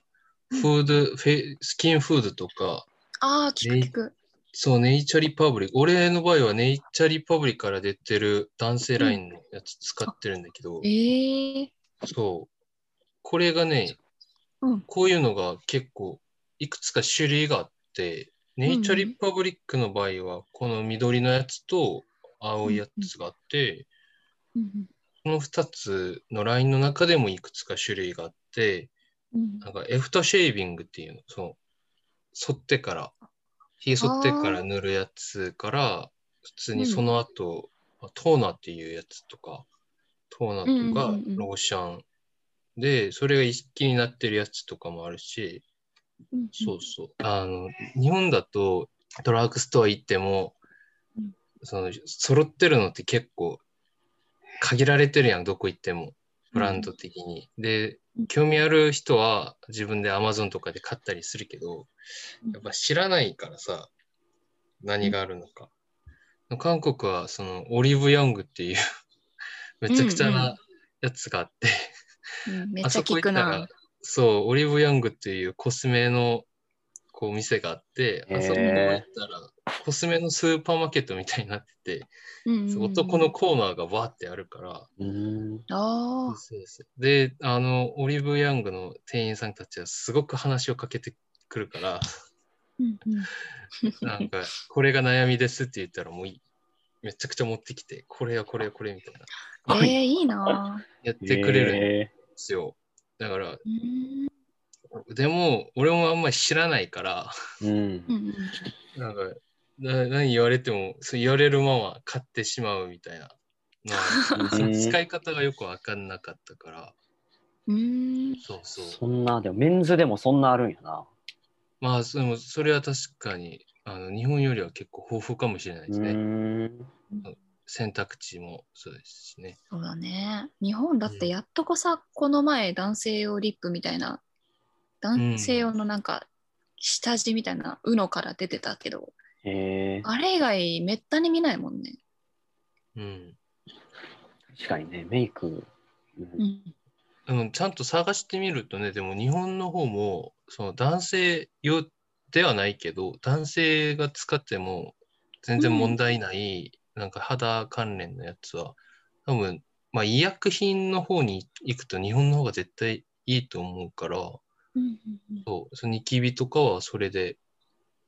S3: うん
S2: フード、フェイスキンフードとか、
S3: ああ、聞く
S2: メイ
S3: 聞く。
S2: そう、ネイチャリパブリック。俺の場合はネイチャリパブリックから出てる男性ラインのやつ使ってるんだけど、
S3: ええ
S2: そう。これがね、
S3: うん
S2: こういうのが結構いくつか種類があって、ネイチャリパブリックの場合は、この緑のやつと青いやつがあって、
S3: うん
S2: この2つのラインの中でもいくつか種類があって、
S3: うん
S2: なんかエフターシェービングっていうの、その、剃ってから、ひげ剃ってから塗るやつから、普通にその後、まあトーナっていうやつとか、トーナと
S3: うん
S2: か
S3: うんうんうん
S2: ローシャンで、それが一気になってるやつとかもあるし、
S3: うん
S2: そうそう。あの、日本だとドラッグストア行っても
S3: うん、
S2: その、揃ってるのって結構、限られてるやん、どこ行っても。ブランド的に。で
S3: う、ん
S2: 興味ある人は自分で Amazon とかで買ったりするけど、
S3: うん
S2: やっぱ知らないからさ、何があるのか。韓国はそのオリーブ・ヤングっていうめちゃくちゃなやつがあって、
S3: うんめっ
S2: あ
S3: ち
S2: そ
S3: ゃ
S2: こ
S3: 聞
S2: 行
S3: く
S2: ったら
S3: な。、
S2: そう、オリーブ・ヤングっていうコスメのこう店があって、あそこに行ったら、コスメのスーパーマーケットみたいになってて、
S3: うん
S2: そう男のコーナーがバーってあるから、
S1: うん。
S3: ああ、
S2: そうです。で、あの、オリーブ・ヤングの店員さんたちはすごく話をかけてくる
S3: <laughs>
S2: から、
S3: うんうん
S2: なんか、これが悩みですって言ったらもういい。めちゃくちゃ持ってきて、これやこれやこれみたいな。
S3: ええいいな。
S2: やってくれるんで
S1: え
S2: すよ。だから、
S3: うん
S2: でも、俺もあんまり知らないから、
S1: ーうん
S3: う。ん
S2: なんか、な何言われても、そう言われるまま買ってしまうみたいな。ま
S3: <laughs>
S2: あ、その使い方がよくわかんなかったから、
S3: うん。
S2: そうそう。
S1: そんな、でもメンズでもそんなあるんやな。
S2: まあ、そのそれは確かに、あの日本よりは結構豊富かもしれないで
S1: う
S2: すね。
S1: ん。
S2: 選択肢もそうですしね。
S3: そうだね。日本だってやっとこさ、この前男性用リップみたいな、男性用のなんか下地みたいな、うのから出てたけど、
S1: えー、
S3: あれ以外めったに見ないもんね。
S2: うん。
S1: 確かにね、メイク。う
S3: うんん。
S2: でもちゃんと探してみるとね、でも日本の方もその男性用ではないけど、男性が使っても全然問題ない、なんか肌関連のやつは、多分、まあ医薬品の方に行くと日本の方が絶対いいと思うから、
S3: うんうんうん
S2: そう、そのニキビとかはそれで、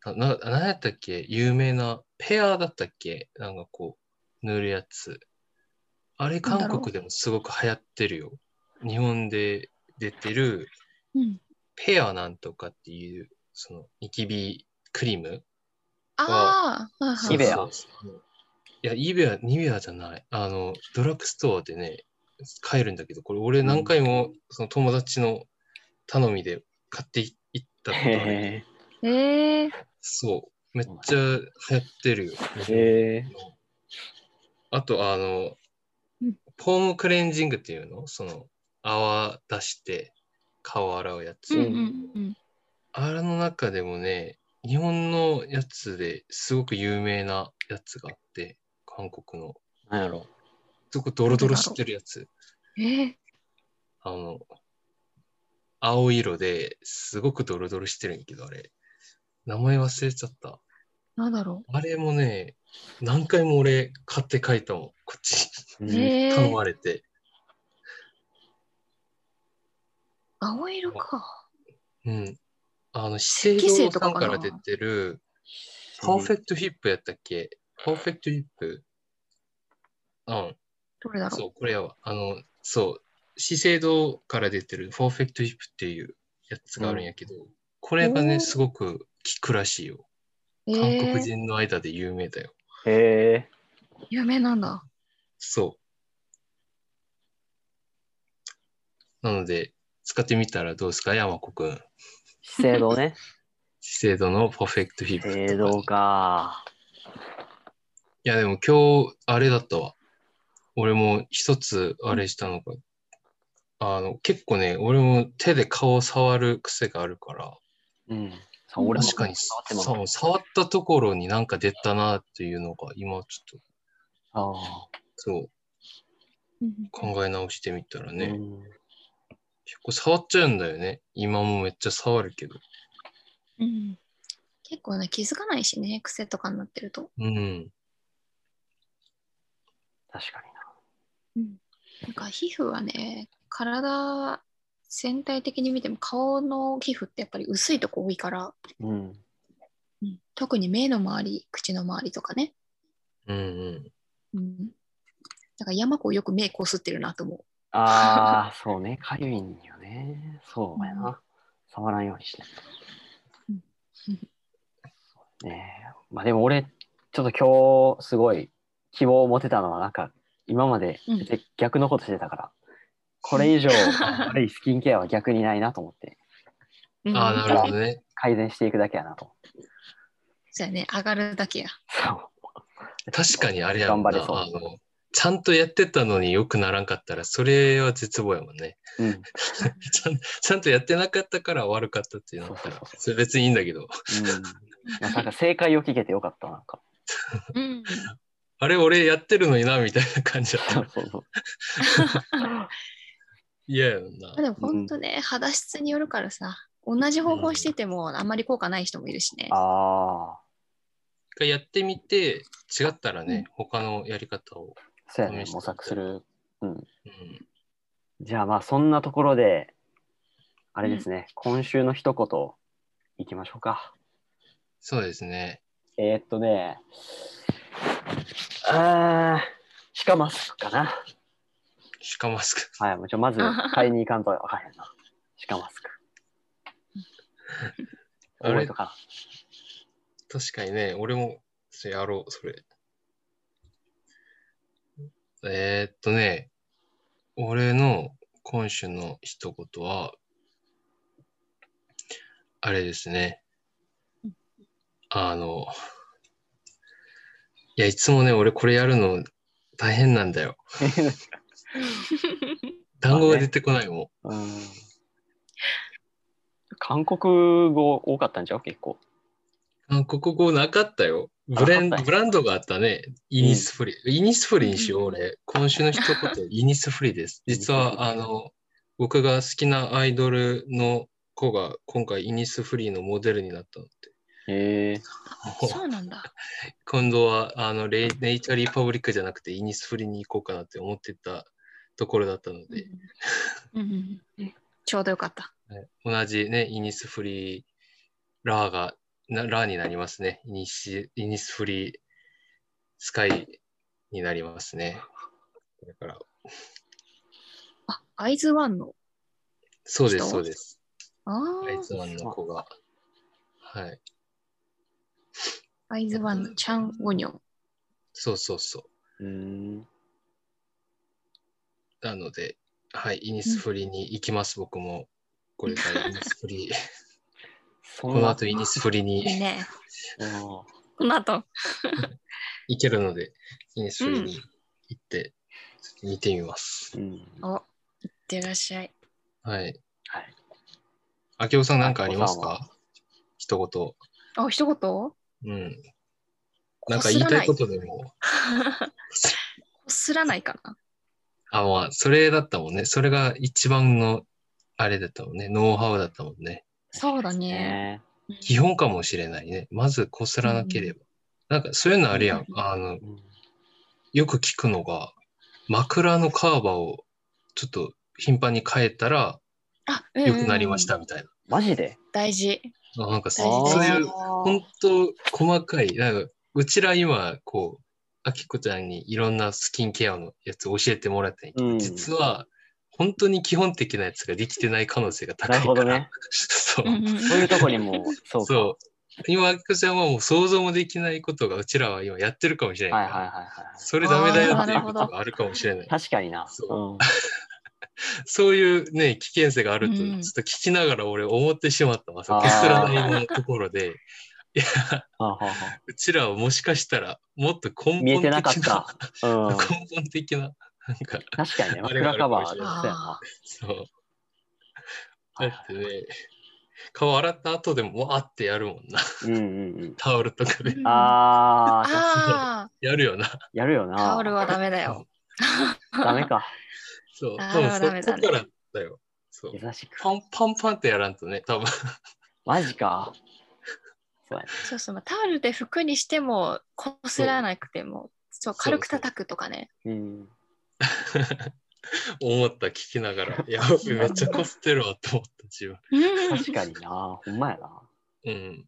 S2: な、な、なんやったっけ有名な、ペアだったっけなんかこう、塗るやつ。あれ、
S3: なんだ
S2: 韓
S3: ろう
S2: 国でもすごく流行ってるよ。日本で出てる、
S3: うん、
S2: ペアなんとかっていう、その、ニキビクリーム
S3: ああ、はいはい
S1: イベア
S2: そうそうそういや、イベア、ニベアじゃない。あの、ドラッグストアでね、買えるんだけど、これ俺何回も、その友達の頼みで買ってい行ったことある。
S1: <laughs> へ
S3: えー、
S2: そう。めっちゃ流行ってるよ。
S1: え。へ
S2: あと、あの
S3: うん、
S2: フォームクレンジングっていうのその、泡出して顔洗うやつ。
S3: うんんうんうん。
S2: あれの中でもね、日本のやつですごく有名なやつがあって、韓国の。
S1: ー。なんやろ。
S2: すごくドロドロしてるやつ。
S3: えー、
S2: あの、青色ですごくドロドロしてるんやけど、あれ。名前忘れちゃった。
S3: なんだろ
S2: あれもね、何回も俺買って書いたもん、こっち
S1: う
S3: う。
S1: ん
S3: え
S2: 頼
S3: ー、
S2: まれて。
S3: 青色か。
S2: うん。あの、資
S3: 規
S2: 生
S3: 制
S2: 堂
S3: と
S2: さ
S3: か
S2: ん
S3: か
S2: か
S3: な
S2: ら出てる、パーフェクトヒップやったっけパーフェクトヒップうん、
S3: どれだ
S2: そ
S3: ろ
S2: う、これやわ。あの、そう、資生堂から出てるパーフェクトヒップっていうやつがあるんやけど、これが
S3: おー
S2: ね、すごく効くらしいよ。
S3: う。
S2: 韓
S3: え
S2: 国
S3: ー、
S2: 人の間で有名だよ。
S1: へえ。
S3: 有名なんだ。
S2: そう。なので、使ってみたらどうですか、山子くん。
S1: 資生堂ね。
S2: 資生堂のパーフェクトヒップとか
S1: 資生堂か。
S2: いや、でも今日、あれだったわ。俺も一つ、あれしたのか。あの、結構ね、俺も手で顔を触る癖があるから、
S1: うん。そう俺も
S2: 確かに、
S1: 触ってます
S2: そう触ったところになんか出たなっていうのが、今ちょっと、
S1: ああ。
S2: そう、
S3: うん
S2: 考え直してみたらね、
S1: うん
S2: 結構触っちゃうんだよね。今もめっちゃ触るけど。
S3: うん、結構ね、気づかないしね、癖とかになってると。
S2: うん。
S1: 確かにな。
S3: なんか皮膚はね、体全体的に見ても顔の皮膚ってやっぱり薄いとこ多いから、
S1: うん。
S3: うん特に目の周り、口の周りとかね。
S2: うんうん。
S3: うん、だから山子よく目こすってるなと思う。
S1: ああ、
S3: <laughs>
S1: そうね。かゆいんよね。そうやな。触らんようにして
S3: うん。
S1: ねえ。まあでも俺、ちょっと今日、すごい希望を持てたのは、なんか、今まで
S3: うん
S1: 別に逆のことしてたから、これ以上悪いスキンケアは逆にないなと思って、
S3: うん
S2: ああ、なるほどね。
S1: 改善していくだけやなと思って。
S3: そうやね、上がるだけや。
S1: そう。
S2: 確かにあれや
S1: 頑
S2: ん
S1: 張
S2: な。
S1: れそう
S2: あの、ちゃんとやってたのによくならんかったら、それは絶望やもんね。
S1: うん。
S2: <laughs> ちゃんちゃんとやってなかったから悪かったっていうの
S1: そうそうそう
S2: それ別にいいんだけど。
S1: うん。まあなんか正解を聞けてよかった、なん
S3: <laughs>
S1: か。
S3: うん、
S2: あれ、俺やってるのにな、みたいな感じだった
S1: そう。そうそう。
S2: <laughs> 嫌やんな
S3: まあ。 <laughs> でも本当ね、肌質によるからさ、同じ方法しててもあんまり効果ない人もいるしね。
S1: ああ、
S2: 一回やってみて、違ったらね、他のやり方を。
S1: そうやね
S2: 試。してみたい
S1: 模索する。うん。
S2: うん
S1: じゃあまあそんなところで、あれですね、今週の一言いきましょうか。
S2: そうですね。
S1: えー、っとね、あー、鹿マスクかな。
S2: シカマスク。
S1: はい、もうちょまず買いに行かんと分からへんな。鹿マスク。
S2: あ
S1: 覚え
S2: れ
S1: と、か
S2: 確かにね、俺もそれやろう、それ。えー、っとね、俺の今週の一言は、あれですね。あの、いや、いつもね、俺これやるの大変なんだよ。 <laughs> 単語が出てこないもん。
S1: な。うん。韓国語多かったんちゃう結構。
S2: 韓国語なかったよ。ブレン
S1: なかったんや
S2: ブランドがあったね。イニスフリー。イニスフリーにしよう、
S3: うん
S2: 俺。今週の一言、イニスフリーです。実は、あの、僕が好きなアイドルの子が今回イニスフリーのモデルになったのって。
S1: へえ。
S2: もう
S3: そうなんだ。
S2: 今度はあのレイネイチャーリーパブリックじゃなくてイニスフリーに行こうかなって思ってたところだったので、
S3: うんうんうんちょうどよかった。
S2: はい同じね、イニスフリーラーが、なラーになりますね。イニシイニスフリースカイになりますね。だから、
S3: あ、アイズワンの。
S2: そうです、
S3: 人
S2: そうです。
S3: ああ
S2: アイツワンの子が。はい。
S3: アイズワンのチャン・ウォニョン。
S2: そうそうそう
S1: ーん。
S2: う。なので、はい、イニスフリーに行きます、僕も。これからイニスフリー。
S1: そ
S2: こ
S1: う
S2: の後イニスフリー
S3: いい
S2: に
S3: ね。
S1: あ
S3: この後。
S2: 行けるので、イニスフリーに行って、ちょっと見てみます
S1: ー。うん。
S3: お、いってらっしゃい。
S2: はい。
S1: はい。
S2: あきおさんなんかあります
S1: 明夫さん
S2: か一
S3: あ、一言こ
S2: 言。うん。なんか言いたいことでも。
S3: すらないかな。
S2: あ、まあ、それだったもんね。それが一番の、あれだったもんね。ノウハウだったもんね。
S3: そうだね。
S1: ね
S2: 基本かもしれないね。まずこすらなければ。なんかそういうのあるやん。
S3: うん
S2: あの
S1: え、うん
S2: よく聞くのが、枕のカーバーをちょっと頻繁に変えたら
S3: あ、うんうん
S2: 良くなりましたみたい
S1: マジで
S3: 大事。
S2: な。あなんかそ
S3: 大事
S2: そう
S3: 大事
S2: いう本当細かい。なんかうちら今、こう、あきこちゃんにいろんあのスキンケアのやつ教えてもらったんやけど、
S1: うん
S2: 実は、本当に基本的なやつができてない可能性が高い
S1: なる
S2: か
S1: ほ
S2: ら。
S1: どね
S2: <laughs> そう。
S3: うんうん
S1: <laughs> そういうとこにも、そうか。
S2: そう。今、あきこちゃんはもう想像もできないことがうちらは今やってるかもしれな
S1: はいい
S2: か
S1: はい
S2: ら。
S1: はいはい。
S2: それダメだよ
S3: あー
S2: っていうこ
S3: なる
S2: と
S3: ほ
S2: があるかもしれない。
S1: 確かにな。
S2: そ
S1: うん
S2: そういうね、危険性があると、ち
S3: う
S2: ょっ
S3: ん
S2: と聞きながら俺思ってしまったわ。そ
S1: あ
S2: の
S1: ー
S2: 削らないのところで、
S1: はあは
S2: うちらはもしかしたらもっと根本的な
S1: 見えてなかったあ
S2: <laughs>
S1: はあうん
S2: 根本的な、なんか、
S1: 確かにね、
S2: あれが
S1: 枕
S2: ある
S1: カバー
S2: かも
S1: そうやな。
S2: そ
S3: あ
S2: う。だってね、顔洗った後でもわーってやるもんな。
S1: うんうんうん。
S2: タオルとかで
S3: うん
S1: あー、
S3: ああ、
S2: やるよな。
S1: やるよな。
S3: タオルはダメだよ。
S1: ダメか。
S2: そう。
S3: あー
S2: 多分そ
S3: ダメだね
S2: こからだよ。そう。
S1: 優しく。
S2: パンパンパンってやらんとね、多分。
S1: マジか。そうやね。
S3: そうそう、まあタオルで服にしても、こすらなくても、そう、軽く叩くとかね。
S1: うん。
S2: 思った聞きながら、いやばいめっちゃこすってるわと思った、自分。
S3: うん
S1: 確かにな。ほんまやな。
S2: うん。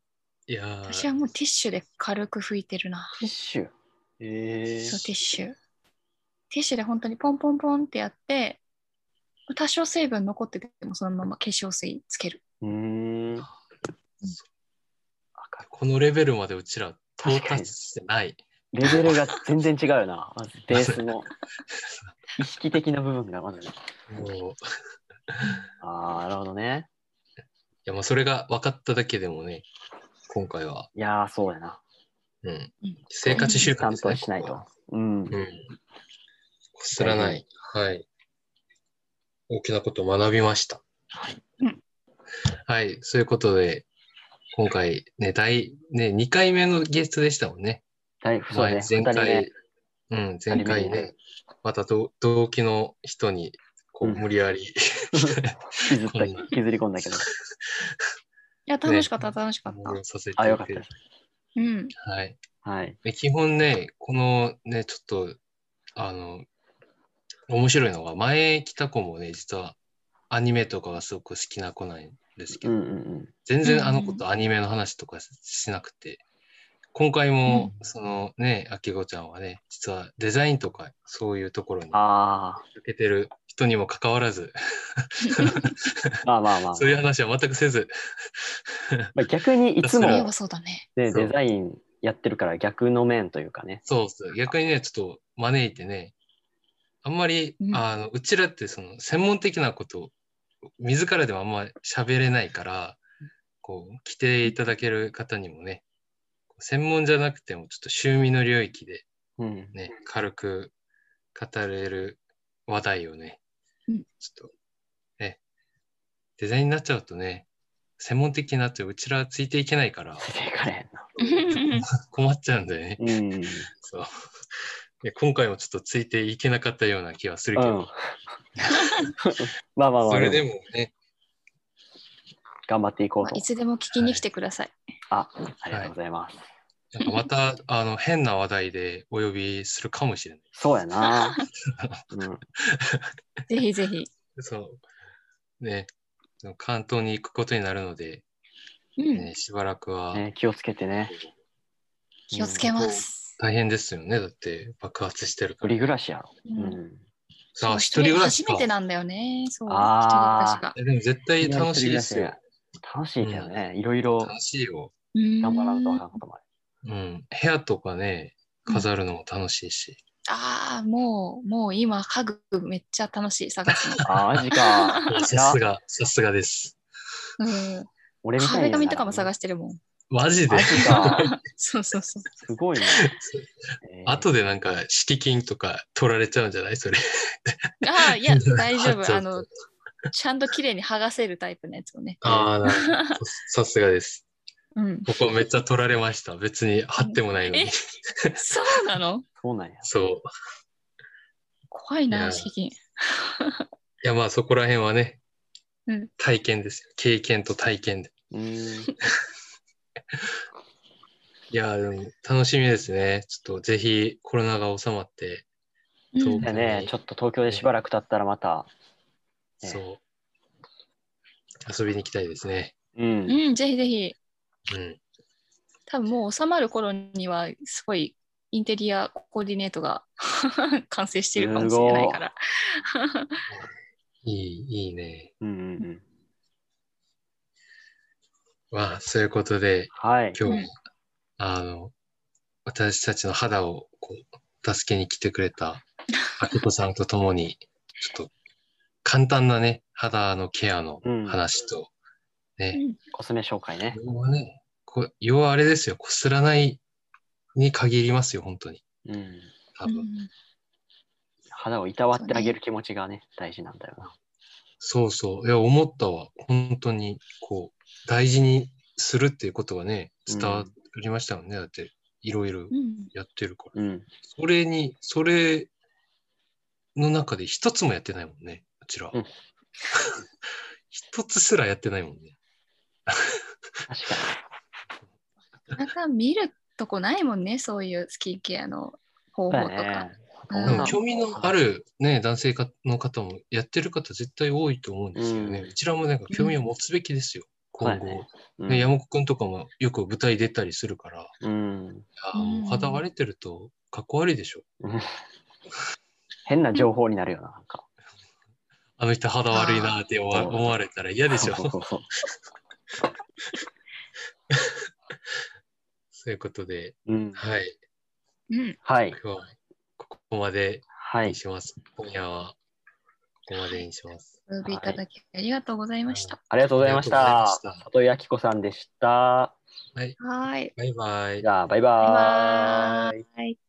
S2: いやー
S3: 私はもうティッシュで軽く拭いてるな。
S1: ティッシュ。え
S3: そう、ティ
S1: ー
S3: ッシュ。ティッシュで本当にポンポンポンってやって、多少水分残っててもそのまま化粧水つける。
S1: うーん。わかる
S2: このレベルまでうちら到
S1: 確かに
S2: 達してない。
S1: レベルが全然違うよな。まずベースの意識的な部分がまずね。
S2: もう、い
S1: ああ、なるほどね。
S2: や、もうそれが分かっただけでもね、今回は、
S1: いやー、そうやな。
S2: うん
S3: うん。
S2: 生活習
S1: ちゃ
S2: 慣
S1: ん
S2: ですね。
S1: としない
S2: こことは。
S1: うん。
S2: うん。こすらない。はい。大きなことを学びました。
S1: はい。
S2: はい。そういうことで、今回、ね、第、ね、2回目のゲストでしたもんね。
S1: だいぶそうね。
S2: 前前
S1: 二人ね
S2: 回、うん、前
S1: 二人
S2: 回
S1: 目
S2: ね、また同同期の人に、こう、
S1: うん
S2: 無理やり、 <laughs>
S1: 削った
S2: こんな
S1: 削り込んだけど。
S3: いや、楽しかった、楽しかっ
S2: 無
S3: た
S2: 理を。させて
S1: あ、よかった
S2: だ
S1: で
S2: い
S1: す。
S3: うん。うん
S2: てはい。
S1: はい。
S2: で基本ね、このね、ちょっと、あの、面白いのが、前来た子もね、実はアニメとかがすごく好きな子なんですけ
S1: う
S2: ど、
S1: んうんうん。
S2: 全
S3: うんう
S2: 然
S3: ん
S2: あの子とアニメの話とかしなくて、今回も、そのね、あきごちゃんはね、実はデザインとか、そういうところに
S1: ああ、
S2: 受けてる人にもかかわらず、
S1: まあまあまあ。
S2: <laughs> そういう話は全くせず、
S1: まあ、逆にいつも
S3: そういえ
S1: ね
S3: ば、そう
S1: <laughs>
S3: だね。
S2: そう
S1: デザインやってるから逆の面というかね。
S2: そうそう、逆にね、ちょっと招いてね、あんまり、
S3: うん
S2: あのうちらってその専門的なこと、自らでもあんま喋れないから、こう、来ていただける方にもね、専門じゃなくても、ちょっと趣味の領域で
S1: うん。
S2: ね、軽く語れる話題をね、
S3: うん
S2: ちょっと、ね、デザインになっちゃうとね、専門的になっちゃう、うちらはついていけないから
S1: 出ていかれへんな。
S2: 困っちゃうんだよね。
S1: うん。
S2: そう。 <laughs> で今回もちょっとついていけなかったような気はする
S1: <laughs> う
S2: けど
S1: ん、。まあまあまあ。
S2: それでもね、
S1: 頑張っていこう
S3: ま
S1: と
S3: あ、い。つでも聞きに来てください。
S1: あ、ありがとうございます。
S2: なんかまた、あの、変な話題でお呼びするかもしれない。
S1: そうやな。うん、
S3: ぜひぜひ。
S2: そう。ね。関東に行くことになるので、
S3: うん、
S2: ね、しばらくは
S1: ね、気をつけてね。
S3: 気をつけます。
S2: 大変ですよね。だって爆発してるか
S1: 一
S2: ら
S1: 人暮らしやろ。う
S3: うん
S1: ん。
S2: さあ、一人
S3: そう
S2: 暮らし
S3: 初
S2: か
S3: め。てなんだよね。そう、一人暮らし
S1: あ
S3: が。
S2: えでも絶対楽しいです
S1: 一人暮ら
S2: よ
S1: し。や楽しいけどね、いろいろ
S2: 楽しいよ。
S3: うん
S1: 頑張らんとあかんこともある。
S2: うん。部屋とかね、飾るのも楽しいし。
S3: ああ、もう、もう今、家具めっちゃ楽しい、探すの。
S1: あー、マジか。
S2: <laughs> さす
S1: いや
S2: が、さすがです。
S3: うん、
S1: 俺みたい
S3: 壁紙とかも
S1: し
S3: 探してるもん。
S2: マジで
S1: マ。ジか。
S3: <laughs> そうそうそう。
S1: <laughs> すごい
S2: <laughs>
S1: ね。えー
S2: 後でなんか、敷金とか取られちゃうんじゃないそれ。
S3: ああ、
S2: <laughs>
S3: <laughs> いや、大丈
S2: そうそう
S3: 夫。あの、ちゃんと綺麗に剥がせるタイプのやつをね。
S2: ああ、なる
S3: <laughs>
S2: ほどささすがです。
S3: うん。
S2: ここめっちゃ取られました。別に貼ってもないのに
S3: <laughs> え。そうなの
S1: そうなんや。
S2: そう。
S3: 怖い
S2: いや
S3: な、資金。
S2: いや、まあそこら辺はね、
S3: うん
S2: 体験ですよ。経験と体験で。
S1: うーん。
S2: いや、でも楽しみですね。ちょっとぜひコロナが収まって、
S3: う
S2: そうん
S1: じゃあ <laughs> ね、ちょっと東京でしばらく経ったらまた、ええ
S2: そう。遊びに行きたいですね。
S1: うん。
S3: うん、ぜひぜひ。
S2: うん。
S3: 多分もう収まる頃には、すごいインテリアコーディネートが <laughs> 完成してるかもしれないから。
S2: いい、いいね。
S1: うんうんうん。
S2: まあ、そういうことで、
S1: はい。
S2: 今日は、
S3: うん
S2: あの、私たちの肌をこう助けに来てくれた、あきこさんと共に、ちょっと、簡単なね、肌のケアの話と、ね、
S1: コスメ紹介ね。
S2: 要はね、こ要はあれですよ、こすらないに限りますよ、本当に。
S1: うん。
S2: 多
S3: う
S2: 分。
S3: ん
S1: 肌をいたわってあげる気持ちがね、大事なんだよな。
S2: そうそう。いや、思ったわ。本当に、こう、大事にするっていうことがね、伝わりましたもんね。だって、いろいろ
S3: うん
S2: やってるから。
S1: うん。
S2: それに、それの中で一つもやってないもんね、うちら。
S1: うん
S2: <laughs> 一つすらやってないもんね。
S1: 確か
S3: なかなか見るとこないもんね、そういうスキンケアの方
S1: に。
S3: 法
S1: そ
S3: と
S1: うだ
S3: か。
S1: ね
S3: うん
S2: でも興味のあるね、男性かの方もやってる方絶対多いと思うんですよね。
S1: う
S2: うんちらもなんか興味を持つべきですよ。
S1: うん
S2: 今
S1: そ
S2: 後、
S1: うだねう
S2: ね
S1: ん。
S2: 山子くんとかもよく舞台出たりするから、
S1: うん。
S2: あーもう
S3: うん
S2: 肌荒れてるとかっこ悪いでしょ。
S1: 変な情報になるよな、なんか。
S2: あの人肌悪いなーって思わ
S1: あー
S2: 思われたら嫌でしょ。
S1: そうそうそう。
S2: <laughs> そういうことで、
S1: うん。
S2: はい。
S3: うん。
S1: はい。
S2: 今日はここまで
S1: は
S2: に
S1: い。
S2: します。今夜はここまでにします。
S3: お呼びいただきありがとうございました。
S1: ありがとうございまし
S2: あり
S1: た
S2: がとうございまし。た
S1: 里井明子さんでした。
S3: はーい。
S2: バイバイ
S1: じ。ゃあ、バイバーイ。
S3: バイバーイ。